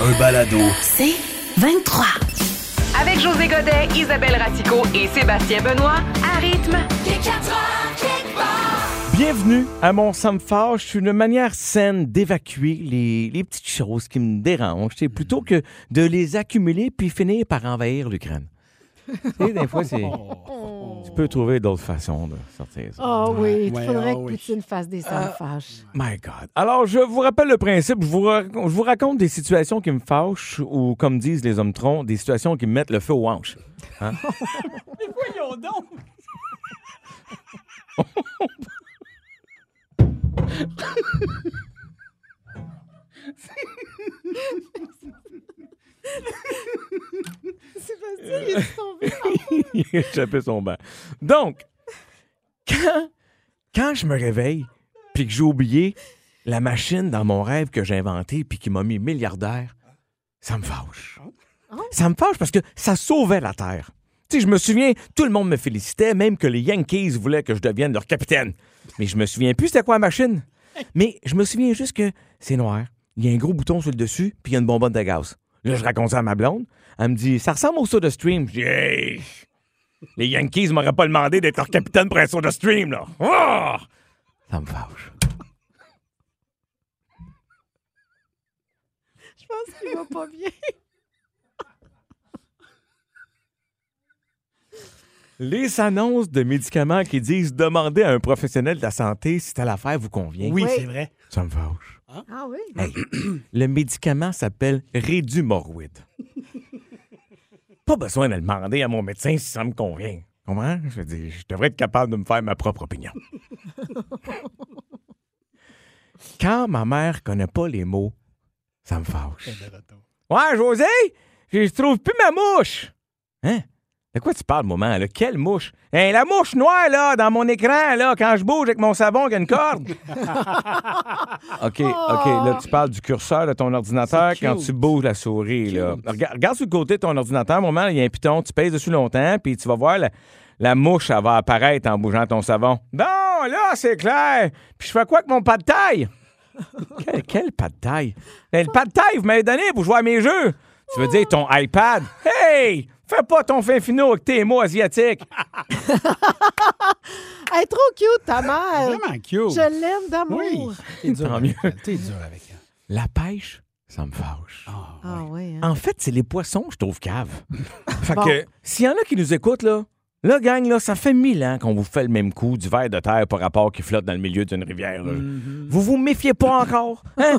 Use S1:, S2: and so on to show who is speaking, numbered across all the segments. S1: Un balado.
S2: C'est 23.
S3: Avec José Godet, Isabelle Ratico et Sébastien Benoît, à rythme.
S4: Bienvenue à mon Sam Fâche, une manière saine d'évacuer les, les petites choses qui me dérangent, c'est plutôt que de les accumuler puis finir par envahir l'Ukraine. tu sais, des fois, c'est. Tu peux trouver d'autres façons de sortir ça.
S5: Oh oui, il
S1: Ouais,
S5: faudrait
S1: ah
S5: que
S1: oui.
S5: Poutine fasse des sommes fâches.
S4: My God. Alors, je vous rappelle le principe. Je vous, rac- je vous raconte des situations qui me fâchent ou, comme disent les hommes troncs, des situations qui me mettent le feu aux hanches. Hein?
S5: Sébastien, il est tombé.
S4: Il a échappé son banc. Donc, quand, quand je me réveille puis que j'ai oublié la machine dans mon rêve que j'ai inventée puis qui m'a mis milliardaire, ça me fâche. Ça me fâche parce que ça sauvait la Terre. Tu sais, je me souviens, tout le monde me félicitait, même que les Yankees voulaient que je devienne leur capitaine. Mais je me souviens plus c'était quoi la machine. Mais je me souviens juste que c'est noir. Il y a un gros bouton sur le dessus, puis il y a une bonbonne de gaz. Là, je raconte ça à ma blonde. Elle me dit Ça ressemble au soda stream. Je dis Hey, Les Yankees m'auraient pas demandé d'être leur capitaine pour un soda stream, là. Ah! Ça me fâche.
S5: Je pense qu'il va pas bien.
S4: Les annonces de médicaments qui disent Demandez à un professionnel de la santé si telle affaire vous convient.
S1: Oui,
S5: Oui.
S1: c'est vrai.
S4: Ça me fâche.
S5: Ah oui?
S4: Hey, le médicament s'appelle Rédumorwid. Pas besoin de demander à mon médecin si ça me convient. Comment? Je veux dire, je devrais être capable de me faire ma propre opinion. Quand ma mère connaît pas les mots, ça me fâche. Ouais, José, je trouve plus ma mouche. Hein? De quoi tu parles, maman? Là? Quelle mouche? Hein, la mouche noire, là, dans mon écran, là, quand je bouge avec mon savon, qui a une corde. OK, OK. Là, tu parles du curseur de ton ordinateur
S1: C'est
S4: quand
S1: cute.
S4: tu bouges la souris. Là. Rega- Regarde sur le côté de ton ordinateur, moment, il y a un piton, tu pèses dessus longtemps, puis tu vas voir la, la mouche, elle va apparaître en bougeant ton savon. Bon, là, c'est clair. Puis je fais quoi avec mon pas de taille? Quel, quel pas de taille? Ben, le pas de taille, vous m'avez donné pour jouer à mes jeux. Tu veux dire ton iPad? Hey! Fais pas ton fin finot avec tes mots asiatiques.
S5: Elle est trop cute, ta mère.
S1: Vraiment cute.
S5: Je l'aime d'amour.
S1: Oui. T'es dur,
S4: Tant
S1: avec
S4: mieux.
S1: elle. Ah, T'es dur avec elle.
S4: La pêche, ça me fâche.
S5: Ah oui, hein?
S4: En fait, c'est les poissons, je trouve cave. fait
S5: Bon.
S4: que, s'il y en a qui nous écoutent, là, là, gang, là, ça fait mille ans qu'on vous fait le même coup du verre de terre par rapport qui flotte dans le milieu d'une rivière. là.
S5: Mm-hmm.
S4: Vous vous méfiez pas encore? Hein?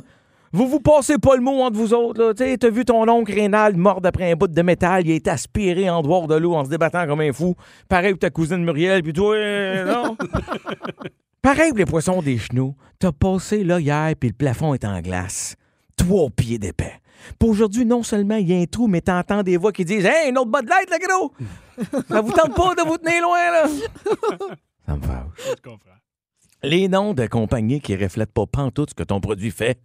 S4: Vous vous passez pas le mot entre vous autres, là. T'sais, T'as vu ton oncle Rénal mort d'après un bout de métal, il est aspiré en dehors de l'eau en se débattant comme un fou. Pareil pour ta cousine Muriel, puis toi, euh, non? Pareil pour les poissons des genoux. T'as passé là hier, puis le plafond est en glace. Trois pieds d'épais. Pour aujourd'hui, non seulement il y a un trou, mais t'entends des voix qui disent Hey, un autre bas de l'aide, le gros! Ça vous tente pas de vous tenir loin, là? Ça me fâche.
S1: Je comprends.
S4: Les noms de compagnies qui reflètent pas pantoute ce que ton produit fait,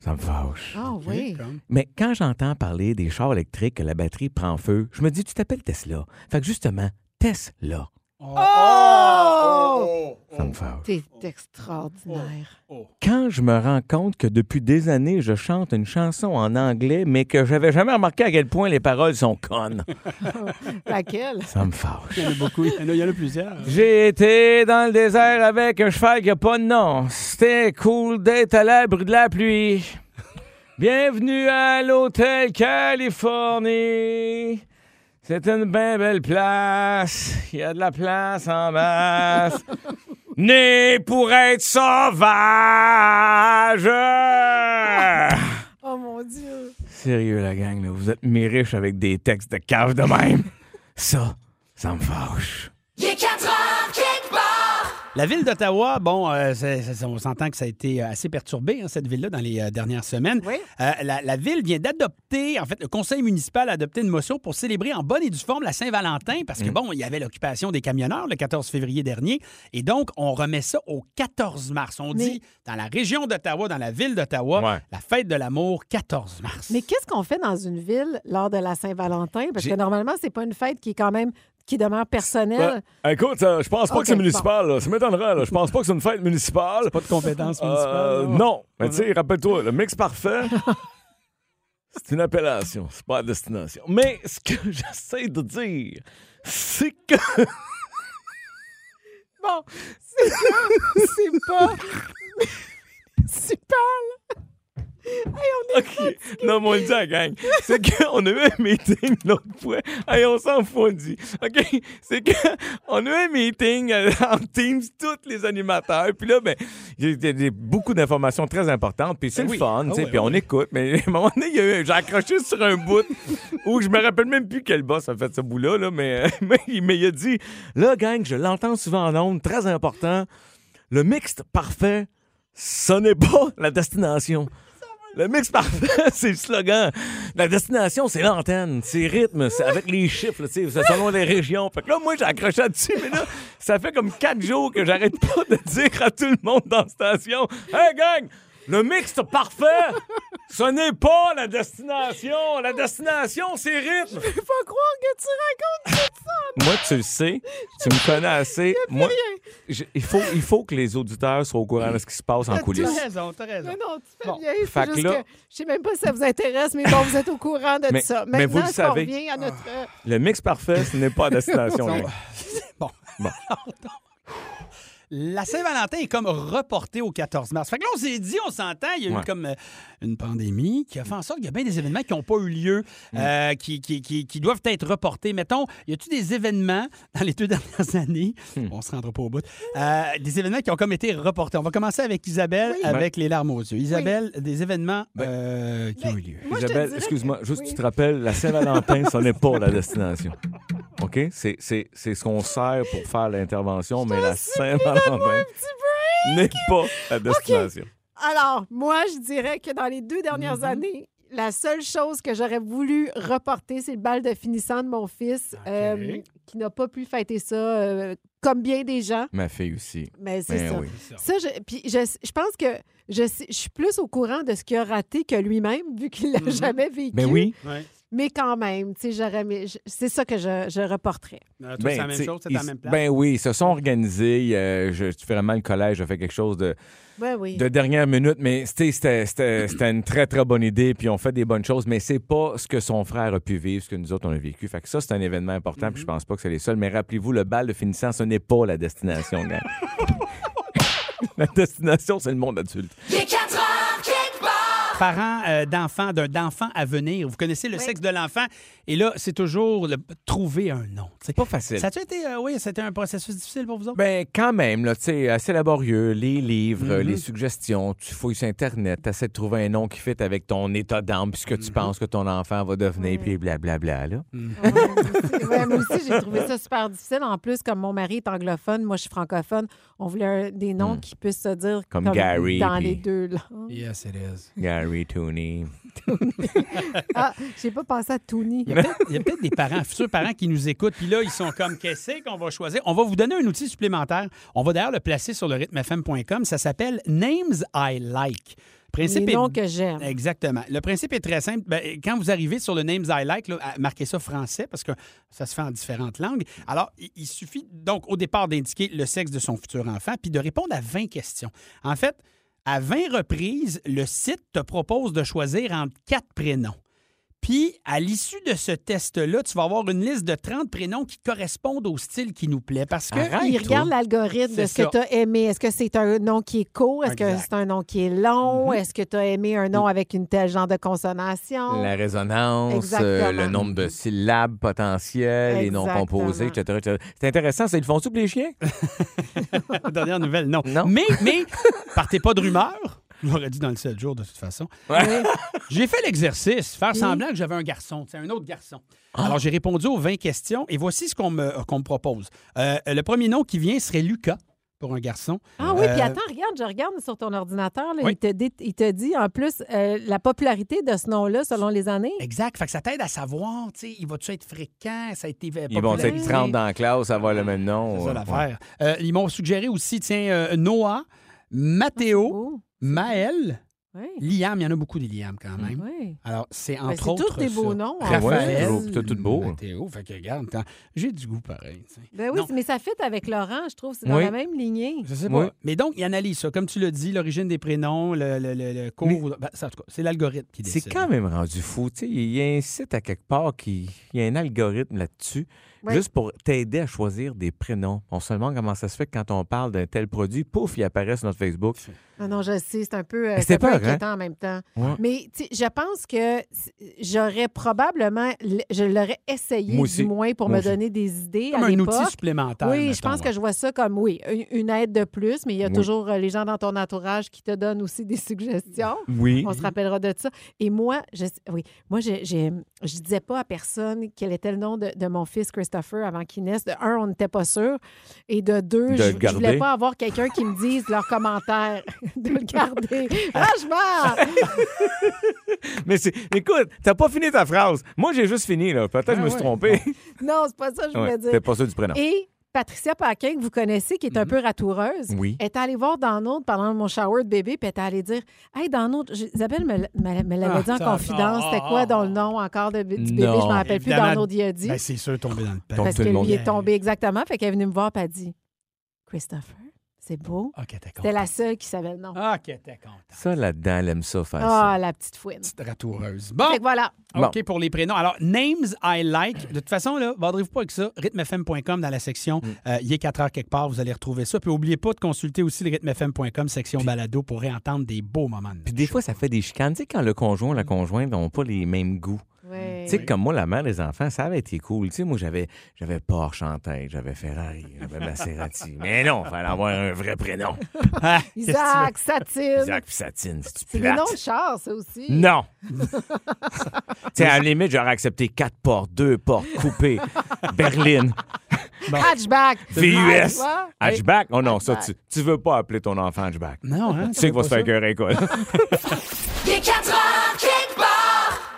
S4: ça me fâche.
S5: Ah oui.
S1: Comme.
S4: Mais quand j'entends parler des chars électriques que la batterie prend feu, je me dis, tu t'appelles Tesla. Fait que justement, Tesla,
S1: Oh!
S4: ça me fâche.
S5: T'es extraordinaire.
S4: Quand je me rends compte que depuis des années, je chante une chanson en anglais, mais que j'avais jamais remarqué à quel point les paroles sont connes,
S1: Oh!
S5: Laquelle?
S4: ça me fâche.
S1: Il y en a beaucoup. Il y en a, il y en a plusieurs.
S4: J'ai été dans le désert avec un cheval qui a pas de nom. C'était cool d'être à l'abri de la pluie. Bienvenue à l'hôtel Californie. C'est une bien belle place. Il y a de la place en masse. Né pour être sauvage.
S5: Oh mon Dieu.
S4: Sérieux, la gang, là, vous êtes mes riches avec des textes de cave de même. Ça, ça me fâche.
S6: La ville d'Ottawa, bon, euh, c'est- c'est- on s'entend que ça a été euh, assez perturbé, hein, cette ville-là, dans les euh, dernières semaines.
S5: Oui.
S6: Euh, la, la ville vient d'adopter, en fait, le conseil municipal a adopté une motion pour célébrer en bonne et due forme la Saint-Valentin, parce
S1: Mm.
S6: que, bon, il y avait l'occupation des camionneurs le 14 février dernier, et donc, on remet ça au 14 mars. On
S5: Mais-
S6: dit, dans la région d'Ottawa, dans la ville d'Ottawa,
S4: Ouais.
S6: la fête de l'amour, 14 mars.
S5: Mais qu'est-ce qu'on fait dans une ville lors de la Saint-Valentin? Parce que normalement, c'est pas une fête qui est quand même qui demeure personnelle.
S4: Ben, écoute, ça, je pense pas
S5: Ok,
S4: que c'est
S5: Hein? bon.
S4: municipal. là. Ça m'étonnerait. là. Je pense pas que c'est une fête municipale.
S6: Pas de compétences
S4: Euh,
S6: municipales.
S4: non. Mais tu sais, rappelle-toi, le mix parfait, c'est une appellation, c'est pas la destination. Mais ce que j'essaie de dire, c'est que.
S1: Ben,
S5: Bon, c'est pas- c'est pas municipal.
S4: OK. Non, mais on le dit à la gang. C'est qu'on a eu un meeting l'autre fois. Hey, on s'en fout, on le dit. OK? C'est qu'on a eu un meeting euh, en Teams, tous les animateurs. Puis là, ben, il y a des- des- beaucoup d'informations très importantes. Puis c'est
S6: Ben
S4: le
S6: oui.
S4: fun,
S6: Ah
S4: tu sais.
S6: ouais,
S4: Puis on écoute. Mais à un moment donné, il y a eu- j'ai accroché sur un bout où je me rappelle même plus quel boss a fait ce bout-là. là, mais, euh, mais, il- mais il a dit Là, gang, je l'entends souvent en ondes, très important. Le mixte parfait, ce n'est pas la destination. Le mix parfait, c'est le slogan. La destination, c'est l'antenne, c'est rythme, c'est avec les chiffres, là, tu sais, c'est selon les régions. Fait que là, moi, j'ai accroché là-dessus, mais là, ça fait comme quatre jours que j'arrête pas de dire à tout le monde dans la station Hey, gang, le mix parfait, ce n'est pas la destination. La destination, c'est rythme.
S5: Je peux pas croire que tu racontes tout ça.
S4: Moi, tu le sais, tu me connais assez. Moi, je- il, faut, il faut que les auditeurs soient au courant de ce qui se passe en
S6: T'as
S4: coulisses.
S6: raison, t'as raison.
S5: Non, non, tu fais
S6: Bon,
S5: bien.
S4: fait
S5: C'est
S4: que
S5: juste
S4: là-
S5: que je sais même pas si ça vous intéresse, mais bon, vous êtes au courant de
S4: Mais-
S5: ça. Maintenant,
S4: mais vous le
S5: est-ce qu'on
S4: savez. Ah.
S5: revient à notre... euh,
S4: Le mix parfait, ce n'est pas la destination. gang.
S6: Bon.
S4: Bon.
S6: La Saint-Valentin est comme reportée au 14 mars. Fait que là, on s'est dit, on s'entend, il y a eu
S4: Ouais.
S6: comme euh, une pandémie qui a fait en sorte qu'il y a bien des événements qui n'ont pas eu lieu,
S4: Mm.
S6: euh, qui, qui- qui- qui doivent être reportés. Mettons, y a-tu des événements dans les deux dernières années,
S4: Hmm.
S6: on se rendra pas au bout, euh, des événements qui ont comme été reportés? On va commencer avec Isabelle, avec les larmes aux yeux. Isabelle, des événements euh, qui
S5: Ben,
S6: ont eu lieu.
S5: Moi, je te
S4: Isabelle,
S5: dirais
S4: excuse-moi,
S5: que-
S4: juste
S5: oui.
S4: tu te rappelles, la Saint-Valentin, ce n'est pas la destination. OK? C'est, c'est, c'est ce qu'on sert pour faire l'intervention, mais la Saint-Valentin n'est pas la destination.
S5: Alors, moi, je dirais que dans les deux dernières
S4: Mm-hmm.
S5: années, la seule chose que j'aurais voulu reporter, c'est le bal de finissant de mon fils, euh, qui n'a pas pu fêter ça euh, comme bien des gens.
S4: Ma fille aussi.
S5: Mais c'est
S4: Ben
S5: ça.
S4: oui.
S5: Ça, je, puis je, je pense que je, sais- je suis plus au courant de ce qu'il a raté que lui-même, vu qu'il l'a jamais vécu.
S4: Ben oui.
S6: Ouais.
S5: Mais quand même, tu sais, j'aurais aimé- je- c'est ça que je, je reporterais.
S6: Euh, toi,
S4: Ben,
S6: c'est la même
S4: t'sais,
S6: chose, c'est la
S4: ils-
S6: même place.
S4: ben oui, ils se sont organisés. euh, je, tu fais vraiment le collège a fait quelque chose de,
S5: Ben oui.
S4: de dernière minute, mais c'était- c'était c'était- c'était une très, très bonne idée, puis on fait des bonnes choses, mais c'est pas ce que son frère a pu vivre, ce que nous autres, on a vécu. Fait que ça, c'est un événement important, puis je pense pas que c'est les seuls, mais rappelez-vous, le bal de finissant, ce n'est pas la destination. gang. la destination, c'est le monde adulte.
S6: parents euh, d'enfants, d'un d'enfant à venir. Vous connaissez le sexe de l'enfant. Et là, c'est toujours le- trouver un nom. tu sais.
S4: Pas facile.
S6: Ça a-tu été, euh, oui, c'était un processus difficile pour vous autres?
S4: Ben, quand même, là, tu sais, assez laborieux, les livres, les suggestions, tu fouilles sur Internet, t'essaies de trouver un nom qui fit avec ton état d'âme, puis ce que tu penses que ton enfant va devenir, puis blablabla, là.
S5: Ouais, moi aussi. Ouais, moi aussi, j'ai trouvé ça super difficile. En plus, comme mon mari est anglophone, moi, je suis francophone, on voulait un- des noms qui puissent se dire
S4: Hmm. Comme Gary,
S5: dans
S4: puis-
S5: les deux langues.
S6: Yes, it is.
S4: Gary Tooney.
S5: Ah, j'ai pas pensé à Tony.
S6: Il y a peut-être- il y a peut-être des parents, futurs parents qui nous écoutent, puis là, ils sont comme, qu'est-ce qu'on va choisir? On va vous donner un outil supplémentaire. On va d'ailleurs le placer sur le rythmefm.com. Ça s'appelle Names I Like. Le Principe
S5: Les
S6: est-
S5: noms que j'aime.
S6: Exactement. Le principe est très simple. Ben, quand vous arrivez sur le Names I Like, là, à- marquez ça français parce que ça se fait en différentes langues. Alors, il, il suffit donc au départ d'indiquer le sexe de son futur enfant puis de répondre à 20 questions. En fait, à 20 reprises, le site te propose de choisir entre quatre prénoms. Puis, à l'issue de ce test-là, tu vas avoir une liste de 30 prénoms qui correspondent au style qui nous plaît. Parce que
S5: Il regarde l'algorithme de
S6: C'est
S5: ce que tu as aimé. Est-ce que c'est un nom qui est court? Est-ce que
S6: Exact.
S5: c'est un nom qui est long?
S4: Mhm.
S5: Est-ce que tu as aimé un nom avec une telle genre de consonation?
S4: Mm. La résonance, euh,
S5: Exactement.
S4: le nombre de syllabes potentielles, les noms
S5: Exactement.
S4: composés, etc. etc. C'est intéressant, ça, ils le font tous les chiens?
S6: Dernière nouvelle, non.
S4: Non.
S6: Mais, mais, partez pas de rumeurs. Je l'aurais dit dans le seul jour, de toute façon. J'ai fait l'exercice, faire semblant que j'avais un garçon, c'est un autre garçon.
S5: Ah.
S6: Alors, j'ai répondu aux 20 questions et voici ce qu'on me, qu'on me propose. Euh, le premier nom qui vient serait Lucas. pour un garçon.
S5: Ah oui, puis
S6: Euh,
S5: attends, regarde, je regarde sur ton ordinateur. là,
S6: Oui.
S5: il, te dit, il te dit, en plus, euh, la popularité de ce nom-là selon les années.
S6: Exact. Fait que ça t'aide à savoir, tu sais, il va-tu être fréquent? Ça a été euh,
S4: Ils vont
S6: popularisé?
S4: être 30 dans la classe, avoir le même nom.
S6: C'est ça
S4: Ouais.
S6: l'affaire. Euh, ils m'ont suggéré aussi, tiens, euh, Noah, Mathéo,
S5: Oh,
S6: Maël,
S5: oui.
S6: Liam. Il y en a beaucoup des Liam quand même.
S5: oui.
S6: Alors, c'est
S5: Ben,
S6: entre
S5: c'est
S6: autres.
S5: tous des
S6: ça.
S5: beaux noms. en
S4: Ah ouais,
S5: fait.
S6: Raphaël,
S4: toujours- tout- tout beau. hein.
S6: Mathéo. Fait que regarde, t'as- j'ai du goût pareil. tu sais.
S5: Ben oui,
S6: Non.
S5: mais ça fit avec Laurent, je trouve. C'est dans
S4: Oui.
S5: la même lignée.
S6: Je sais
S4: Oui.
S6: pas. Mais donc, il analyse ça. Comme tu l'as dit, l'origine des prénoms, le, le, le- le cours. ben, ça, en tout cas, c'est l'algorithme qui décide.
S4: C'est quand même rendu fou. tu sais. Il y a un site à quelque part qui. Il y a un algorithme là-dessus,
S5: Ouais.
S4: juste pour t'aider à choisir des prénoms. On se demande comment ça se fait que quand on parle d'un tel produit, pouf, il apparaît sur notre Facebook.
S5: Ah Non, non, je sais, c'est un peu, euh,
S4: Mais
S5: c'est un
S4: c'était
S5: peu
S4: peur, hein?
S5: inquiétant en même temps.
S4: Ouais.
S5: Mais tu sais, je pense que c'est- j'aurais probablement, je l'aurais essayé
S4: Moi
S5: du
S4: aussi.
S5: moins pour
S4: Moi
S5: me
S4: aussi.
S5: donner des idées
S6: Comme
S5: à
S6: un
S5: l'époque.
S6: outil supplémentaire.
S5: Oui, je pense que je vois ça comme, oui, une, une aide de plus, mais il y a
S4: Oui.
S5: toujours euh, les gens dans ton entourage qui te donnent aussi des suggestions.
S4: Oui.
S5: On se rappellera de ça. Et moi, je, oui, moi, j'ai- j'ai- je disais pas à personne quel était le nom de, de mon fils Christopher avant qu'il naisse. De un, on n'était pas sûr. Et de deux,
S4: De
S5: je,
S4: le
S5: je
S4: garder.
S5: voulais pas avoir quelqu'un qui me dise leurs commentaires de le garder. Ah, je meurs!
S4: Mais c'est- écoute, t'as pas fini ta phrase. Moi, j'ai juste fini, là. Peut-être que je me suis
S6: ouais.
S4: trompé.
S5: Non, c'est pas ça que je Ah voulais
S4: Ouais,
S5: dire.
S4: T'es pas sûr du prénom.
S5: Et Patricia Paquin, que vous connaissez, qui est un peu ratoureuse,
S4: Oui.
S5: est allée voir dans l'autre pendant mon shower de bébé, puis elle est allée dire Hey, dans l'autre, je- Isabelle me, l- me- me l'avait
S6: Ah,
S5: dit en
S6: ça-
S5: confidence,
S6: ah,
S5: c'était
S6: ah,
S5: quoi
S6: ah.
S5: dans le nom encore de, du bébé
S4: Non.
S5: Je m'en rappelle plus.
S6: Évidemment.
S5: Dans l'autre, il a dit.
S6: Ben, c'est sûr, tomber dans le
S4: Donc,
S6: panneau.
S5: parce
S4: tout le
S5: que
S4: monde-
S5: lui est tombé exactement. Fait qu'elle est venue me voir, puis elle a dit Christopher, c'est beau.
S6: OK, t'es
S5: C'était
S6: content.
S5: la seule qui savait le nom.
S6: OK, t'es content.
S4: Ça, là-dedans, elle aime Ah, ça faire
S5: Ah, la petite fouine.
S6: Petite ratoureuse. Bon,
S5: Fait que voilà.
S4: Bon.
S6: OK pour les prénoms. Alors, names I like. De toute façon, là, bandrez-vous pas avec ça. rythmefm.com dans la section
S4: Mm.
S6: euh, Il est 4 heures quelque part, vous allez retrouver ça. Puis, oubliez pas de consulter aussi le rythmefm.com, section balado, pour réentendre des beaux moments. de
S4: Puis
S6: notre
S4: des
S6: show.
S4: fois, ça fait des chicanes. Tu sais, quand le conjoint
S5: Mm.
S4: la conjointe n'ont pas les mêmes goûts.
S5: Ouais.
S4: Tu sais, comme moi, la mère des enfants, ça avait été cool. Tu sais, moi, j'avais, j'avais Porsche en tête, j'avais Ferrari, j'avais Maserati. Mais non, fallait avoir un vrai prénom.
S6: Ah, qu'est-ce que tu veux?
S5: Isaac, Satine.
S4: Isaac puis Satine, c'est
S5: C'est
S4: tu
S5: des
S4: plate.
S5: noms de chars, ça aussi.
S4: Non! tu sais, à la limite, j'aurais accepté quatre portes, deux portes, coupées, berline,
S5: Hatchback. Ah, tu
S4: VUS,
S5: vois?
S4: hatchback. Oh non, ça, tu, tu veux pas appeler ton enfant hatchback.
S6: Non, hein?
S4: Tu sais qu'il va se faire écœurer à l'école.
S2: Il est 4 heures quelque part.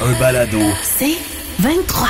S1: Un balado.
S2: C'est 23.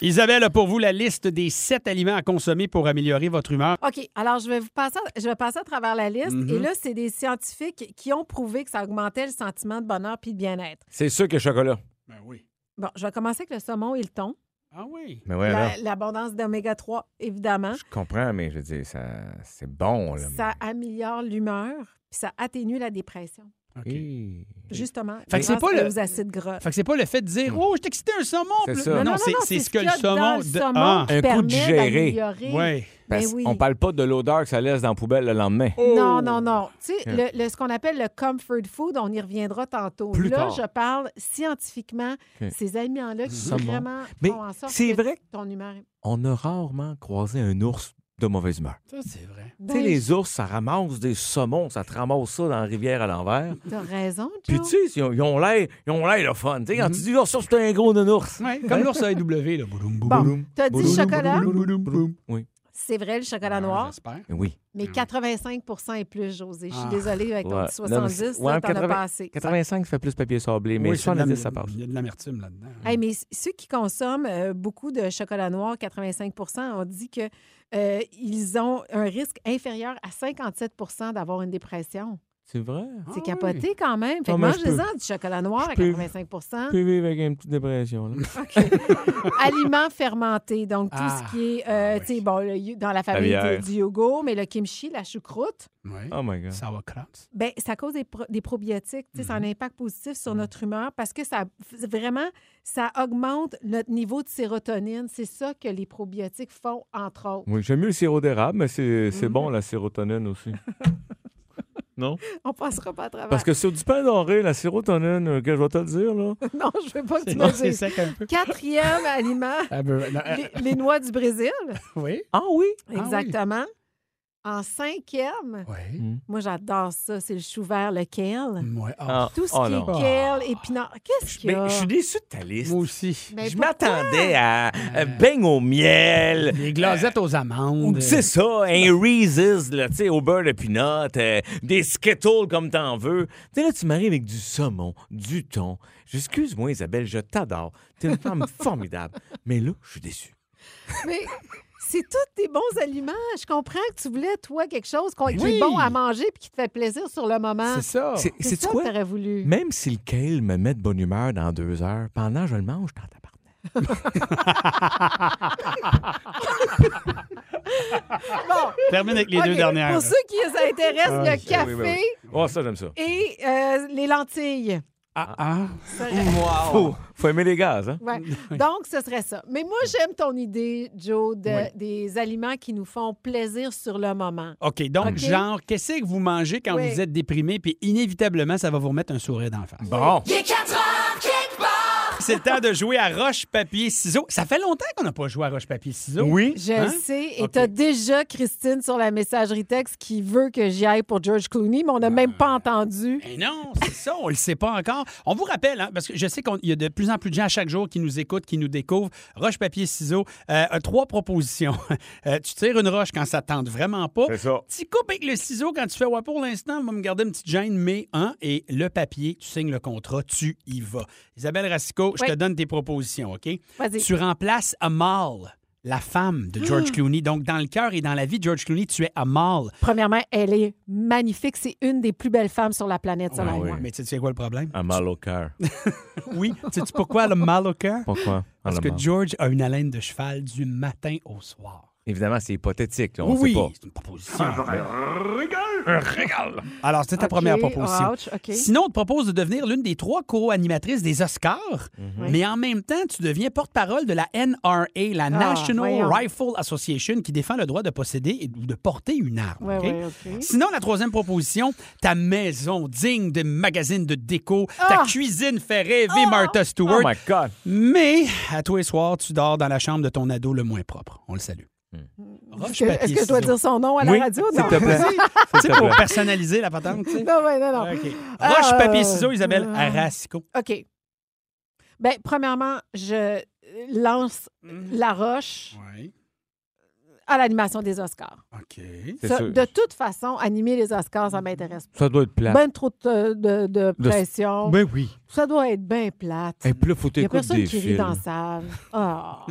S6: Isabelle a pour vous la liste des sept aliments à consommer pour améliorer votre humeur.
S5: Ah. OK, alors je vais vous passer, à- je vais passer à travers la liste.
S4: Mm-hmm.
S5: Et là, c'est des scientifiques qui ont prouvé que ça augmentait le sentiment de bonheur puis de bien-être.
S4: C'est sûr que chocolat.
S6: Ben oui.
S5: Bon, je vais commencer avec le saumon et le thon.
S6: Ah oui.
S4: Mais ouais,
S5: La-
S4: là,
S5: L'abondance d'oméga 3, évidemment.
S4: je comprends, mais je veux dire, ça, c'est bon, là.
S5: Ça améliore l'humeur puis ça atténue la dépression.
S6: OK.
S4: Hey.
S5: Justement,
S6: Fait que c'est
S5: grâce
S6: pas le-
S5: aux acides gras.
S6: Fait que c'est pas le fait de dire Oh, je t'excitais un saumon.
S4: Mm. C'est
S6: puis-
S4: ça.
S6: Non,
S4: Non,
S6: non,
S5: non,
S6: c'est c'est ce que
S5: qu'il
S6: le
S5: y a dans
S6: saumon.
S5: le
S6: de-
S5: saumon
S6: Ah,
S5: qui
S4: Un coup de
S5: permet
S4: gérer.
S5: d'améliorer.
S6: ouais.
S5: Ben
S4: Parce
S5: oui.
S4: On parle pas de l'odeur que ça laisse dans la poubelle le lendemain.
S5: Non, non,
S6: Oh.
S5: non. Tu sais, le, le- ce qu'on appelle le comfort food, on y reviendra tantôt.
S4: Plus
S5: là,
S4: tard.
S5: je parle scientifiquement,
S4: OK.
S5: ces aliments-là qui
S4: Saumon.
S5: vraiment
S4: Mais
S5: font en sorte
S4: c'est
S5: que
S4: vrai que-
S5: ton humeur est...
S4: On a rarement croisé un ours de mauvaise humeur.
S6: Ça, c'est vrai.
S4: tu sais,
S5: Ben,
S4: les ours, ça ramasse des saumons, ça te ramasse ça dans la rivière à l'envers.
S5: T'as raison,
S4: Puis
S5: Joe.
S4: tu sais, ils ont- ils ont l'air ils ont l'air le fun. Tu sais, quand tu dis, oh, ça, c'est un gros nounours.
S6: Ouais, comme l'ours à AW, là. Boudoum, boudoum,
S5: Bon,
S6: boudoum,
S5: T'as dit
S6: boudoum,
S5: chocolat,
S6: boudoum, boudoum, boudoum.
S5: c'est vrai, le chocolat
S6: Ah,
S5: noir,
S6: J'espère.
S4: Ben Oui.
S5: mais 85 et plus, José. Je suis
S6: Ah.
S5: désolée avec ton
S4: Ouais.
S5: petit
S4: Non, mais
S5: 70,
S4: c'est-
S5: là,
S4: ouais,
S5: t'en as
S4: 80.
S5: pas assez.
S4: 85, ça fait plus papier sablé, mais
S6: Oui, c'est de
S4: 70,
S6: l'am-
S4: ça passe.
S6: Il y a de l'amertume là-dedans. hein.
S5: Hey, mais c- ceux qui consomment euh, beaucoup de chocolat noir, 85 on dit que euh, ils ont un risque inférieur à 57 d'avoir une dépression.
S4: C'est vrai?
S6: Ah
S5: C'est
S6: oui.
S5: capoté quand même. Fait
S4: Non,
S5: que
S4: mais je
S5: mangez-en du chocolat noir
S4: je
S5: à
S4: peux-
S5: 85
S4: Tu peux vivre avec une petite dépression. Là.
S5: Aliments fermentés, donc tout
S6: Ah.
S5: ce qui est, euh,
S6: Ah oui.
S5: tu sais, bon, le yo- dans la famille
S4: La bière.
S5: du, du yogourt, mais le kimchi, la choucroute,
S6: Ouais.
S4: Oh my God.
S6: Sauerkraut.
S5: ben, ça cause des, pro- des probiotiques. tu sais, Ça a un
S4: Mhm.
S5: impact positif sur notre humeur parce que ça f- vraiment, ça augmente notre niveau de sérotonine. C'est ça que les probiotiques font, entre autres.
S4: Oui, j'aime mieux le sirop d'érable, mais c'est c'est bon, la sérotonine aussi. non?
S5: On passera pas à travers.
S4: Parce que sur du pain doré, la sérotonine, euh, que je vais te le dire, là.
S5: Non, je veux pas que tu
S6: Non,
S5: me
S6: c'est
S5: dises.
S6: sec un peu.
S5: Quatrième aliment,
S6: Ah, ben, non, euh,
S5: les, les noix du Brésil.
S6: oui.
S4: Ah oui?
S6: oui.
S5: Exactement. En cinquième,
S6: Oui.
S4: Mm.
S5: moi, j'adore ça. C'est le chou vert, le kale.
S6: Ouais.
S4: Ah,
S5: Tout ce
S4: oh
S5: qui
S4: non.
S5: est kale, épinard. Qu'est-ce qu'il y
S4: Mais
S5: a? Ben,
S4: je suis déçu de ta liste.
S6: Moi aussi.
S5: Mais
S4: je
S5: pourquoi?
S4: m'attendais à euh, beignes au miel.
S5: Ben,
S6: Les glazettes aux
S4: Ou
S6: amandes.
S4: c'est ça, un Reese's, là, tu sais, au beurre de peanut, euh, des Skittles comme t'en veux. Tu sais, là, tu m'arrives avec du saumon, du thon. Excuse-moi, Isabelle, je t'adore. T'es une femme formidable. Mais là, je suis déçu.
S5: Mais c'est tous des bons aliments. Je comprends que tu voulais, toi, quelque chose qu'on- qui
S6: oui.
S5: est bon à manger puis qui te fait plaisir sur le moment.
S6: C'est ça.
S4: C'est
S5: Oh. C'est
S4: sais-tu
S5: ça
S4: quoi?
S5: que t'aurais voulu.
S4: Même si le kale me met de bonne humeur dans deux heures, pendant que je le mange, je t'en tabarnak.
S5: Bon,
S6: Termine avec les
S5: OK,
S6: deux dernières.
S5: Pour ceux qui les intéressent, le café
S4: Oh, ça, j'aime ça.
S5: et euh, les lentilles.
S6: Ah, ah.
S4: Faut, faut aimer les gaz, hein?
S5: Ouais. Donc, ce serait ça. Mais moi, j'aime ton idée, Joe, de- des aliments qui nous font plaisir sur le moment.
S6: OK, donc,
S5: OK.
S6: genre, qu'est-ce que vous mangez quand
S5: Oui.
S6: vous êtes déprimé? Puis inévitablement, ça va vous remettre un sourire d'en face.
S4: Bon.
S2: Il est 4 heures, kickball.
S6: C'est le temps de jouer à roche, papier, ciseaux. Ça fait longtemps qu'on n'a pas joué à roche, papier, ciseaux.
S4: Oui.
S5: Je
S6: Hein?
S5: le sais. Et
S6: OK.
S5: t'as déjà Christine sur la messagerie texte qui veut que j'y aille pour George Clooney, mais on n'a
S6: Ah.
S5: même pas entendu.
S6: Mais non, c'est ça, on le sait pas encore. On vous rappelle, hein, parce que je sais qu'il y a de plus en plus de gens à chaque jour qui nous écoutent, qui nous découvrent. Roche, papier, ciseaux. Euh, euh, trois propositions. Euh, tu tires une roche quand ça te tente vraiment pas.
S4: C'est ça.
S6: Tu coupes avec le ciseau quand tu fais ouais, pour l'instant, on va me garder une petite gêne, mais hein, et le papier, tu signes le contrat, tu y vas. Isabelle Racicot, je
S5: Oui.
S6: te donne tes propositions, OK?
S5: Vas-y.
S6: Tu remplaces Amal, la femme de
S5: Ah!
S6: George Clooney. Donc, dans le cœur et dans la vie de George Clooney, tu es Amal.
S5: Premièrement, elle est magnifique. C'est une des plus belles femmes sur la planète, selon
S4: Ah oui.
S5: moi.
S6: Mais tu sais quoi le problème?
S4: Un mal au cœur.
S6: Oui. tu sais pourquoi elle a mal au cœur?
S4: Pourquoi?
S6: Parce
S4: Ah,
S6: que
S4: mal.
S6: George a une haleine de cheval du matin au soir.
S4: Évidemment, c'est hypothétique, là, on
S6: oui,
S4: sait pas.
S6: c'est une proposition. Un Alors, c'est ta
S5: OK,
S6: première proposition.
S5: ouch, OK.
S6: Sinon, on te propose de devenir l'une des trois co-animatrices des Oscars,
S4: Mhm.
S6: mais en même temps, tu deviens porte-parole de la NRA, la National
S5: Ah, voyons.
S6: Rifle Association, qui défend le droit de posséder et de porter une arme.
S5: Ouais,
S6: OK?
S5: ouais, OK.
S6: Sinon, la troisième proposition, ta maison digne de magazine de déco,
S5: Ah!
S6: ta cuisine fait rêver Martha Stewart.
S4: Oh my God!
S6: Mais à tous les soirs, tu dors dans la chambre de ton ado le moins propre. On le salue. Roche,
S5: Est-ce que-
S6: papier,
S5: Est-ce que je dois
S6: ciseaux.
S5: dire son nom à la
S4: Oui,
S5: radio?
S4: s'il
S5: Non.
S4: te plaît.
S6: Tu sais,
S4: S'il te
S6: pour
S4: plaît.
S6: personnaliser la patente, tu sais.
S5: Non, ouais, non, non.
S6: OK.
S5: Ah,
S6: Roche, papier,
S5: euh,
S6: ciseaux, Isabelle
S5: euh,
S6: Arasco.
S5: OK. Bien, premièrement, je lance
S4: Mm-hmm.
S5: la roche
S6: Oui.
S5: à l'animation des Oscars.
S6: OK.
S4: C'est
S5: Ça,
S4: sûr.
S5: de toute façon, animer les Oscars, ça m'intéresse pas.
S4: Ça doit être plat.
S5: Ben trop de, de- de
S4: De-
S5: pression.
S4: Ben oui.
S5: Ça doit être bien plate.
S4: Et puis là, faut
S5: Il n'y
S4: t'écouter
S5: a personne
S4: des
S5: qui rit
S4: films.
S5: dans la salle. Ah.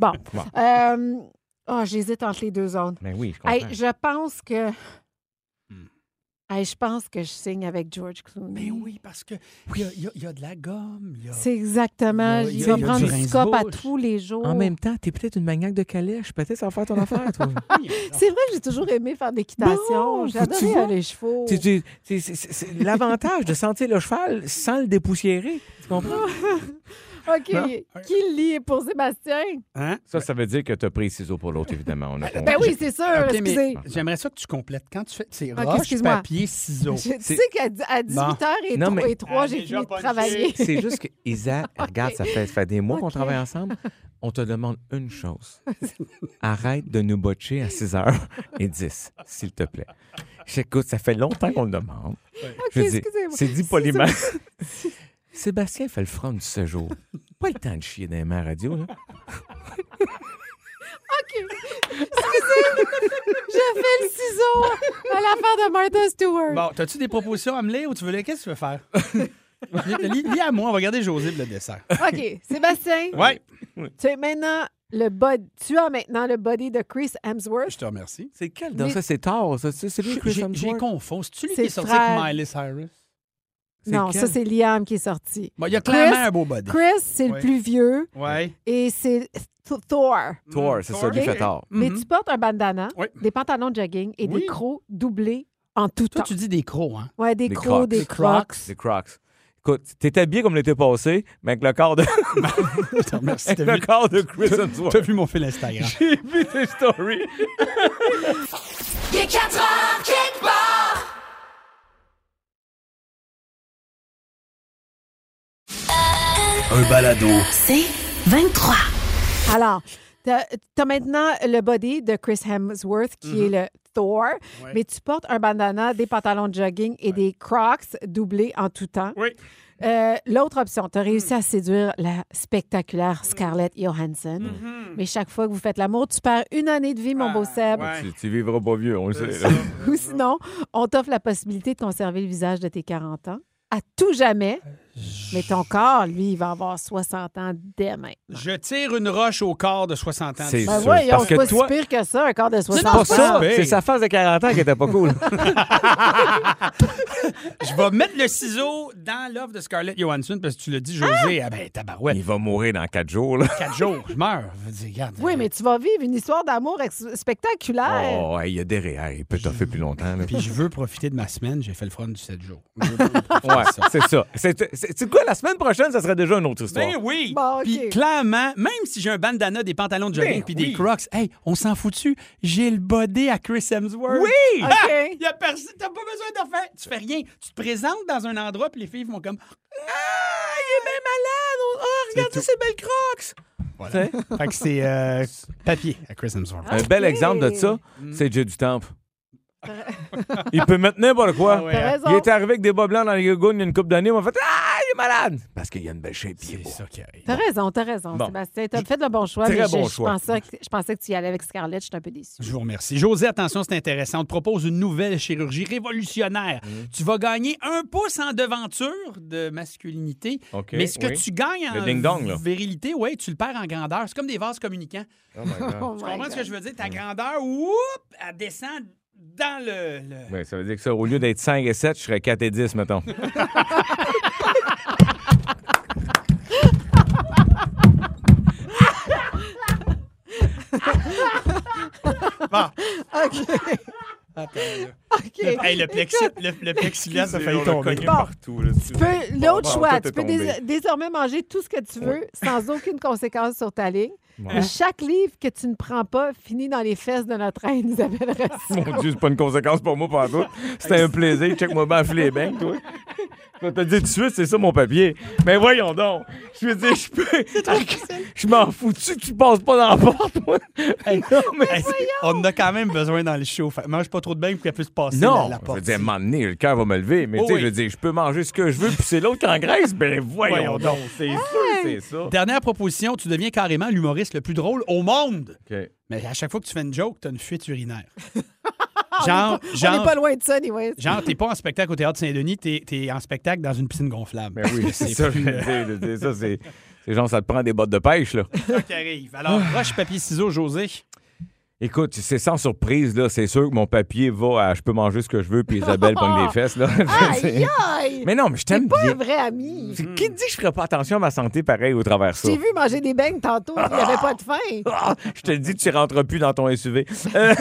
S5: Bon. Euh, ah, J'hésite entre les deux zones.
S4: Ben oui, je comprends.
S5: Hey, je pense que. Hey, je pense que je signe avec George Clooney.
S6: Mais Ben oui, parce que il y a- il y, a- il y a de la gomme. il Y a...
S5: C'est exactement.
S6: Ben Il y a- il y
S5: Il
S6: a
S5: va
S6: du
S5: prendre du
S6: rince-bouche.
S5: scope à tous les jours.
S4: En même temps, t'es peut-être une maniaque de calèche. Peut-être ça va faire ton affaire, toi.
S6: Ah,
S5: C'est vrai que j'ai toujours aimé faire de l'équitation.
S4: Bon, tu
S5: J'adorais
S4: vois.
S5: les chevaux.
S4: C'est- c'est- c'est- c'est- c'est- c'est L'avantage de sentir le cheval sans le dépoussiérer. Tu comprends?
S5: OK. Qui le lit pour Sébastien?
S6: Hein?
S4: Ça, ça veut dire que t'as pris les ciseaux pour l'autre, évidemment. On a
S5: Ben oui, c'est sûr.
S6: OK, mais
S5: excusez.
S6: j'aimerais ça que tu complètes. Quand tu fais. C'est
S5: OK,
S6: roche,
S5: excuse-moi.
S6: papier, ciseaux.
S5: Je- Tu
S4: C'est-
S5: sais qu'à dix- à
S6: Oh, Bon.
S5: 18h
S4: Non, mais-
S5: et 3, j'ai fini de travailler.
S4: C'est juste que, Isa, regarde, ça fait, ça fait des mois qu'on
S5: Ok.
S4: travaille ensemble. On te demande une chose. Arrête de nous botcher à 6h10, s'il te plaît. J'écoute, ça fait longtemps qu'on le demande. Je veux dire,
S5: excusez-moi.
S4: c'est dit
S5: C'est
S4: poliment. Sébastien fait le front du séjour. Pas le temps de chier dans les mains radio, là.
S5: Je fais le ciseau à l'affaire de Martha Stewart.
S6: Bon, t'as-tu des propositions à me lire ou tu veux les- Qu'est-ce que tu veux faire? lis, lis à moi, on va regarder José pour le dessert.
S5: OK, Sébastien,
S6: Ouais.
S5: tu es maintenant le bod- tu as maintenant le body de Chris Hemsworth.
S6: Je te remercie.
S4: C'est quel? dans
S5: Mais-
S4: ça, c'est tard. ça. C'est c'est lui, Chris
S6: J'ai j'ai
S4: Hemsworth?
S6: confus. C'est-tu lui qui
S5: C'est
S6: est sorti
S5: frère.
S6: avec Miley Cyrus?
S4: C'est
S5: Non,
S4: quel?
S5: ça c'est Liam qui est sorti.
S6: Bon, il y a
S5: Chris-
S6: clairement un beau body.
S5: Chris, c'est
S6: Ouais.
S5: le plus vieux
S6: Ouais.
S5: et c'est Th- Thor.
S4: Thor, c'est ça,
S6: Thor.
S4: lui fait tard.
S5: Mais
S6: Mhm.
S5: tu portes un bandana,
S6: Oui.
S5: des pantalons de jogging et
S6: Oui.
S5: des crocs doublés en tout
S6: Toi,
S5: temps.
S6: tu dis des crocs, hein?
S5: Ouais, des,
S4: Des
S5: crocs,
S4: Crocs.
S5: des
S4: Des
S5: crocs.
S4: C'est Crocs. Écoute, t'es habillé comme l'été passé, mais avec le corps de,
S6: Je te remercie.
S4: avec
S6: T'as
S4: le
S6: vu,
S4: corps de Chris Hemsworth.
S6: t'as vu mon fil Instagram.
S4: J'ai vu tes stories.
S2: Il est 4 heures, kickball.
S1: un balado,
S7: C'est 23.
S5: Alors, T'as as maintenant le body de Chris Hemsworth qui est le Thor,
S6: Mm-hmm. Ouais.
S5: mais tu portes un bandana, des pantalons de jogging et des Crocs doublés en tout temps.
S6: Oui. Mm.
S5: Euh, L'autre option, tu as réussi à séduire la spectaculaire Scarlett Johansson. Mais chaque fois que vous faites l'amour, tu perds une année de vie, mon beau Seb.
S6: Mm-hmm. Ah, Ouais.
S4: Tu, tu vivras pas vieux, on le sait. là.
S5: Ou sinon, on t'offre la possibilité de conserver le visage de tes 40 ans à tout jamais.
S6: Euh,
S5: Mais ton corps, lui, il va avoir 60 ans dès maintenant.
S6: Je tire une roche au corps de 60 ans.
S4: C'est
S5: Ben
S4: sûr,
S5: voyons,
S4: parce
S5: c'est
S4: que
S5: pas
S4: toi-
S5: si pire que ça, un corps de 60 ans.
S6: non, c'est pas ça.
S4: C'est sa phase de 40 ans qui était pas cool.
S6: Je vais mettre le ciseau dans l'offre de Scarlett Johansson parce que tu l'as dit, José. Ah, ben,
S4: Il
S6: tabarouette.
S4: va mourir dans quatre jours. Là.
S6: Quatre jours, je meurs. Je veux dire, regarde.
S5: Oui, mais tu vas vivre une histoire d'amour ex- spectaculaire.
S4: Oh, hey, il y a des réels. Il peut t'offrir plus longtemps. là.
S6: Puis je veux profiter de ma semaine. J'ai fait le front du 7 jours.
S4: Ouais, c'est ça. C'est c'est- tu sais quoi, la semaine prochaine, ça serait déjà une autre histoire.
S6: Ben oui!
S5: Bon, OK.
S6: Puis clairement, même si j'ai un bandana, des pantalons de jogging
S4: Ben
S6: puis
S4: oui.
S6: des crocs, hey, on s'en foutu. J'ai le body à Chris Hemsworth. Ah,
S4: Oui!
S5: Ah, OK.
S4: Ah!
S6: Y a personne, t'as pas besoin de faire. Tu fais rien. Tu te présentes dans un endroit, puis les filles vont comme. Ah, il est bien malade. Oh, oh, regardez ces belles crocs. Voilà. fait que c'est euh, papier à Chris Hemsworth.
S4: Un bel exemple de ça,
S6: Mm.
S4: c'est Dieu du Temple. il peut mettre n'importe quoi.
S6: Ah ouais.
S5: T'as raison.
S4: Il est arrivé avec des bas blancs dans les gougounes il y a une couple d'années. On m'a fait Ah, il est malade! Parce qu'il y a une belle shape. il est
S6: C'est
S4: beau.
S6: ça qui arrive.
S5: T'as raison, t'as raison,
S4: Bon.
S5: Sébastien. T'as fait le bon choix,
S4: Très
S5: mais je-
S4: bon
S5: je,
S4: choix.
S5: Pensais que, je pensais que tu y allais avec Scarlett. Je suis un peu déçue.
S6: Je vous remercie. José, attention, c'est intéressant. On te propose une nouvelle chirurgie révolutionnaire.
S4: Mmh.
S6: Tu vas gagner un pouce en devanture de masculinité.
S4: OK,
S6: mais ce que
S4: oui.
S6: tu gagnes
S4: Le
S6: en
S4: ding-dong, là.
S6: virilité, ouais, tu le perds en grandeur. C'est comme des vases communicants.
S4: Oh my God.
S5: Oh
S6: Tu
S5: my
S6: comprends ce que
S5: God.
S6: je veux
S4: Mmh.
S6: dire? Ta grandeur, whoop, elle descend dans le. le-
S4: Ouais, ça veut dire que ça, au lieu d'être 5 et 7, je serais 4 et 10, mettons.
S5: OK.
S6: Hey, le, plexi... le, le plexiglas a failli tomber.
S5: Bon.
S4: partout.
S5: Tu peux- L'autre
S4: Bon,
S5: choix,
S4: tout est
S5: tu peux
S4: tombé.
S5: dés- désormais manger tout ce que tu veux sans aucune conséquence sur ta ligne. Mais chaque livre que tu ne prends pas finit dans les fesses de notre reine Isabelle Racine.
S4: Mon Dieu, c'est pas une conséquence pour moi, pas tout. C'était un plaisir. Check-moi bien filer les bangs, toi. Je vais te le dire tout de suite, c'est ça mon papier. Mais voyons donc. Je veux dire, je peux. Je m'en fous que tu passes pas dans la porte, moi. non, mais.
S6: Hey, on en a quand même besoin dans le show. Fait, mange pas trop de bain pour qu'elle puisse passer
S4: Non,
S6: la, la
S4: je veux
S6: porte.
S4: dire, à un moment donné, le cœur va me lever, mais
S6: Oh
S4: tu sais,
S6: oui.
S4: je veux dire, je peux manger ce que je veux, puis c'est l'autre qui engraisse. Ben voyons,
S6: Voyons
S4: donc, c'est sûr, c'est ça.
S6: Dernière proposition, tu deviens carrément l'humoriste le plus drôle au monde.
S4: OK.
S6: Mais à chaque fois que tu fais une joke, t'as une fuite urinaire. genre,
S5: On
S6: genre,
S5: n'est pas loin de ça, anyways.
S6: genre, t'es pas en spectacle au Théâtre Saint-Denis, t'es, t'es en spectacle dans une piscine gonflable.
S4: Ben oui, c'est ça, je
S6: plus, euh,
S4: veux dire, je veux dire, ça, c'est. C'est genre, ça te prend des bottes de pêche, là.
S6: ça qui arrive. Alors,
S4: Ah.
S6: roche, papier, ciseaux, José.
S4: Écoute, c'est sans surprise, là. C'est sûr que mon papier va à je peux manger ce que je veux, puis Isabelle pogne des fesses, là.
S5: Aïe, aïe!
S4: mais non, mais je
S5: T'es
S4: t'aime
S5: pas un
S4: bien.
S5: vrai ami.
S4: C'est- Qui te dit que je ferais pas attention à ma santé pareil au travers de ça?
S5: J'ai vu manger des beignes tantôt, il n'y avait pas de faim.
S4: Ah, je te le dis, tu rentres plus dans ton SUV. Euh,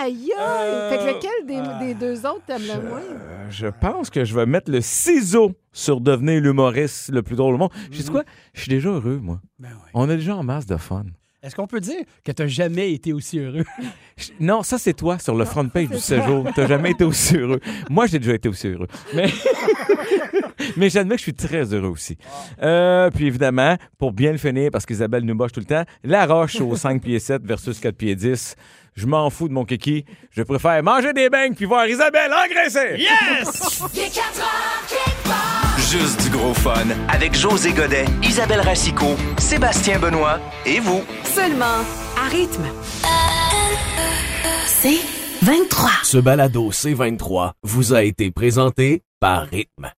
S5: Aïe, aïe!
S4: Euh,
S5: Fait que lequel des, des deux autres t'aimes le moins?
S4: euh, je pense que je vais mettre le ciseau sur devenir l'humoriste le plus drôle au monde. Je
S5: Mm-hmm.
S4: sais quoi? Je suis déjà heureux, moi.
S6: Ben oui.
S4: On a déjà en masse de fun.
S6: Est-ce qu'on peut dire que t'as jamais été aussi heureux?
S4: Je- Non, ça, c'est toi sur le front page du séjour. T'as jamais été aussi heureux. Moi, j'ai déjà été aussi heureux. Mais, mais j'admets que je suis très heureux aussi. Euh, puis évidemment, pour bien le finir, parce qu'Isabelle nous boche tout le temps, la roche au 5 pieds 7 versus 4 pieds 10. Je m'en fous de mon kiki. Je préfère manger des beignes puis voir Isabelle engraisser.
S1: Juste du gros fun avec José Godet, Isabelle Racicot, Sébastien Benoît et vous.
S3: Seulement à rythme.
S7: C'est 23.
S8: Ce balado C23 vous a été présenté par Rythme.